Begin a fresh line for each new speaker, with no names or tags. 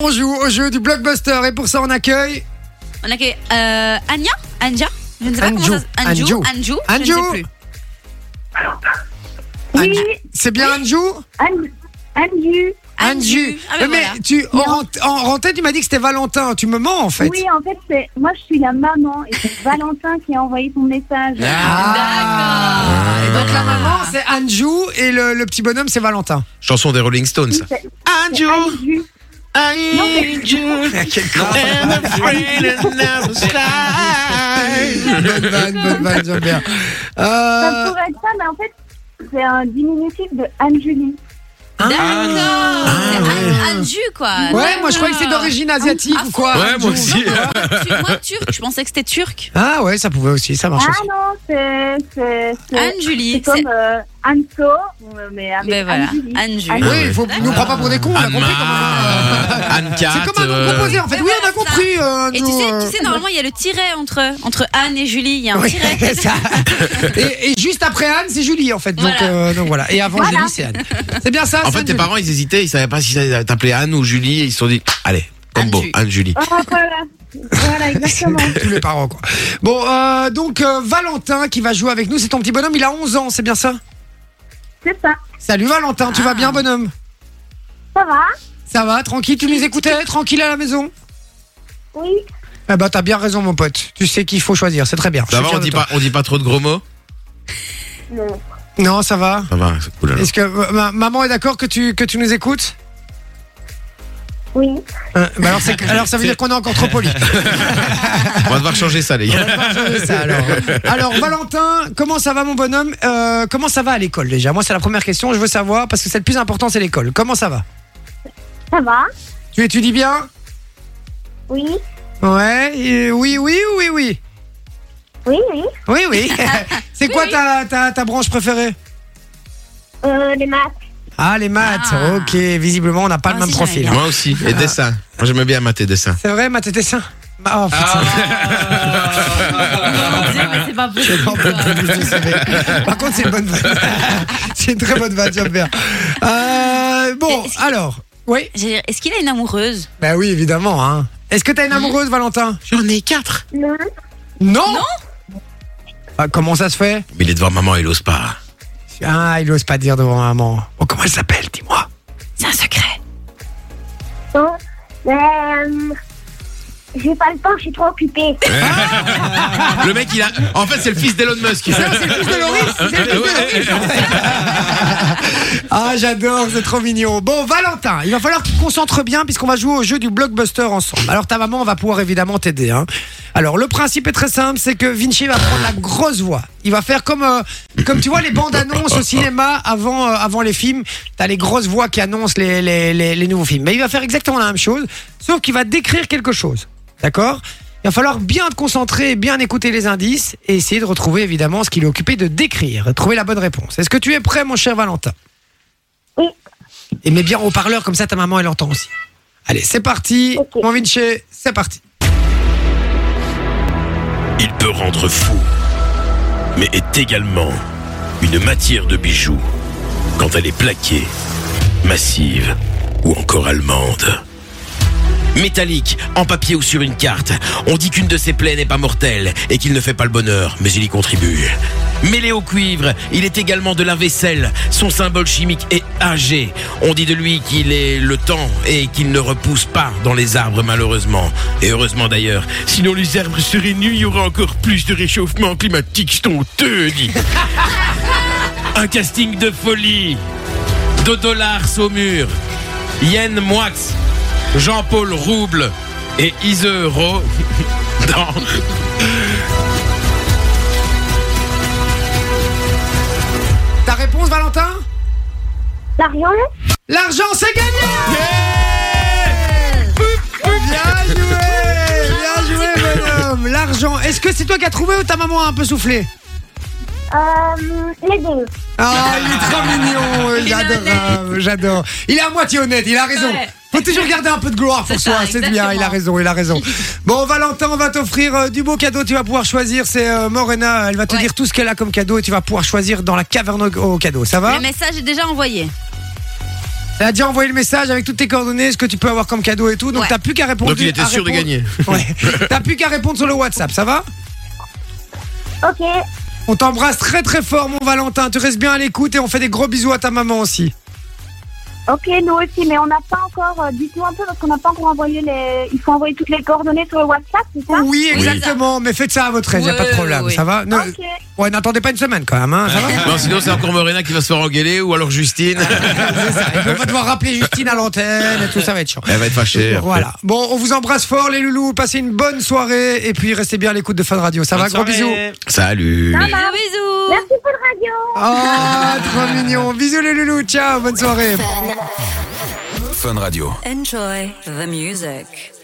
On joue au jeu du blockbuster et pour ça on accueille
On accueille euh, Anya Anja Je ne sais pas
Anju.
comment ça se- Anju,
Anju.
Anju,
Anju.
Je ne sais plus.
Oui,
Anju. C'est bien Anjou
Anju. Anju.
Ah, mais
Mais
voilà.
tu, en, rent- en rentrée, tu m'as dit que c'était Valentin. Tu me mens en fait.
Oui, en fait, c'est moi, je suis la maman et c'est Valentin qui a envoyé ton message.
Ah. Et donc la maman c'est Anjou et le, le petit bonhomme c'est Valentin.
Chanson des Rolling Stones.
Oui, c'est- c'est
Anjou
Anju. Non, mais-
Quel con. Bonne vanne, bonne vanne, j'aime bien.
ça
Euh,
pourrait être ça, mais en fait, c'est un diminutif de Anjuli.
D'accord C'est
Ah. ouais.
An- Anju, quoi
Ouais, moi je crois que c'est d'origine asiatique
Ah,
ou quoi.
Ouais, moi
Anju.
aussi.
Tu- Moi, turc, je pensais que c'était turc
Ah ouais, ça pouvait aussi, ça marche
Ah
aussi.
non, c'est. c'est- C'est
Anjuli
c'est comme euh, Anso, mais avec
Ben voilà,
Anjuli.
Anju.
Anju.
Oui, il faut nous prend pas pour des cons, on a compris
Ah,
comment.
euh, Anne-Cat.
C'est comme un nom
euh,
composé en fait.
Mais
Oui, on a
voilà, ça.
compris. euh,
Et tu
nous,
sais,
euh,
tu sais, normalement, il y a le tiret entre, entre Anne et Julie. Il y a un
Ah Oui,
tiret.
ça. Et, et juste après Anne, c'est Julie en fait. Donc
Voilà.
euh, donc voilà. Et avant
Voilà.
Julie, c'est Anne. C'est bien ça.
En
c'est
fait,
Anne
tes
Julie.
parents, ils hésitaient, ils savaient pas si ça t'appelait Anne ou Julie, et ils se sont dit, allez, combo,
Anne-Julie.
Anne-Julie.
Ah, voilà. Voilà, exactement.
Tous les parents quoi. Bon, euh, donc euh, Valentin qui va jouer avec nous, c'est ton petit bonhomme, il a 11 ans, c'est bien ça
C'est ça.
Salut Valentin, tu
Ah.
vas bien bonhomme
Ça va
Ça va, tranquille, tu nous écoutais, tranquille à la maison
Oui.
Eh ben t'as bien raison mon pote, tu sais qu'il faut choisir, c'est très bien. Je suis
D'abord,
fier
on
de
dit
toi.
pas, on dit pas trop de gros mots.
Non.
Non, ça va.
Ça va, c'est cool alors.
Est-ce que euh, ma- maman est d'accord que tu, que tu nous écoutes
Oui.
Euh, bah alors, c'est- alors ça veut dire qu'on est encore trop poli.
On va devoir changer ça, les gars.
Ça, alors. Alors, Valentin, comment ça va mon bonhomme Euh, Comment ça va à l'école déjà Moi c'est la première question, je veux savoir parce que c'est le plus important c'est l'école. Comment ça va
Ça va
Tu étudies bien
Oui.
Ouais, euh, oui, oui, oui, oui.
Oui, oui.
Oui, oui. c'est quoi ta, ta, ta branche préférée
Euh, les maths.
Ah, les maths.
Ah.
Ok, visiblement on n'a pas
Moi
le même
aussi,
profil.
j'aime
hein.
Moi aussi. Et dessin. Moi, j'aimais bien mater dessin.
C'est vrai, maths et dessin Oh, putain.
Mon Dieu, mais c'est pas possible.
Non, pas
quoi.
de plus, je savais. Par contre, c'est une bonne vanne. c'est une très bonne vanne, j'aime bien. Euh, bon,
Est-ce
alors. Oui.
J'ai dit, Est-ce qu'il a une amoureuse
Bah oui, évidemment. Hein. Est-ce que t'as une amoureuse, Valentin
J'en ai quatre.
Non.
Non Ah, Comment ça se fait
Mais il est devant maman, il ose pas.
Ah, il ose pas dire devant maman. Oh, comment elle s'appelle Dis-moi.
C'est un secret.
Non. Euh, j'ai pas le temps, je suis trop occupée.
Le mec, il a, en fait, c'est le fils d'Elon Musk.
Non, c'est le fils de Loris, c'est le fils de Loris, en fait. Ah, j'adore, c'est trop mignon. Bon, Valentin, il va falloir que tu te concentres bien puisqu'on va jouer au jeu du blockbuster ensemble. Alors, ta maman va pouvoir évidemment t'aider. hein. Alors, le principe est très simple c'est que Vinci va prendre la grosse voix. Il va faire comme, euh, comme tu vois, les bandes annonces au cinéma avant, euh, avant les films. T'as les grosses voix qui annoncent les, les, les- les nouveaux films. Mais il va faire exactement la même chose, sauf qu'il va décrire quelque chose. D'accord il va falloir bien te concentrer, bien écouter les indices et essayer de retrouver évidemment ce qu'il est occupé de décrire, trouver la bonne réponse. Est-ce que tu es prêt, mon cher Valentin
Oui.
Et mets bien en haut-parleur, comme ça ta maman elle entend aussi. Allez, c'est parti,
Ok.
mon Vinci, c'est parti.
Il peut rendre fou, mais est également une matière de bijoux quand elle est plaquée, massive ou encore allemande.
Métallique, en papier ou sur une carte. On dit qu'une de ses plaies n'est pas mortelle et qu'il ne fait pas le bonheur, mais il y contribue. Mêlé au cuivre, il est également de la vaisselle. Son symbole chimique est AG. On dit de lui qu'il est le temps et qu'il ne repousse pas dans les arbres malheureusement. Et heureusement d'ailleurs, sinon les arbres seraient nus, il y aura encore plus de réchauffement climatique honteux, dit. Un casting de folie. De dollars Saumur. Yen Moix. Jean-Paul Rouble et Iseuro dans
Ta réponse, Valentin
Marion
L'argent, c'est gagné Bien joué Bien joué, bonhomme L'argent, est-ce que c'est toi qui as trouvé ou ta maman a un peu soufflé
euh, Les deux.
Ah, il est trop mignon, euh,
Il est
j'adore,
honnête.
j'adore. Il est à moitié honnête, il a raison.
Ouais.
Faut toujours garder un peu de gloire pour
C'est ça,
soi, c'est bien,
exactement.
il a raison, il a raison. Bon, Valentin, on va t'offrir euh, du beau cadeau, tu vas pouvoir choisir, c'est euh, Morena, elle va te
Ouais.
dire tout ce qu'elle a Ah. comme cadeau et tu vas pouvoir choisir dans la caverne au, au cadeau, ça va
Le message est déjà envoyé.
Elle a déjà envoyé le message avec toutes tes coordonnées, ce que tu peux avoir comme cadeau et tout. Donc
Ouais.
t'as plus qu'à répondre.
Donc, il était
à
sûr de
répondre-
gagner.
Ouais. T'as plus qu'à répondre sur le WhatsApp, ça va
Ok,
On t'embrasse très très fort, mon Valentin. Tu restes bien à l'écoute et on fait des gros bisous à ta maman aussi.
ok, nous aussi, mais on n'a pas encore. euh, Dites-nous un peu parce qu'on n'a pas encore envoyé les. Il faut envoyer toutes les coordonnées sur le WhatsApp, c'est ça
Oui, exactement. Mais faites ça à votre aise, y a pas de
Ouais,
problème.
ouais.
Ça va Ne-
Ok.
Ouais, n'attendez pas une semaine quand même. Hein, ça va
Non, sinon, c'est encore Morena qui va se faire engueuler ou alors Justine.
C'est ça. Et puis, On va devoir rappeler Justine à l'antenne et tout, ça va être chiant.
Elle va être fâchée. après.
Voilà. Bon, on vous embrasse fort, les loulous. Passez une bonne soirée et puis restez bien à l'écoute de Fun Radio. Ça va, gros bisous.
Salut.
Gros bisous.
Ah. Merci pour le radio.
Ah, trop mignon. Bisous, les loulous. Ciao, bonne soirée.
Enjoy the music.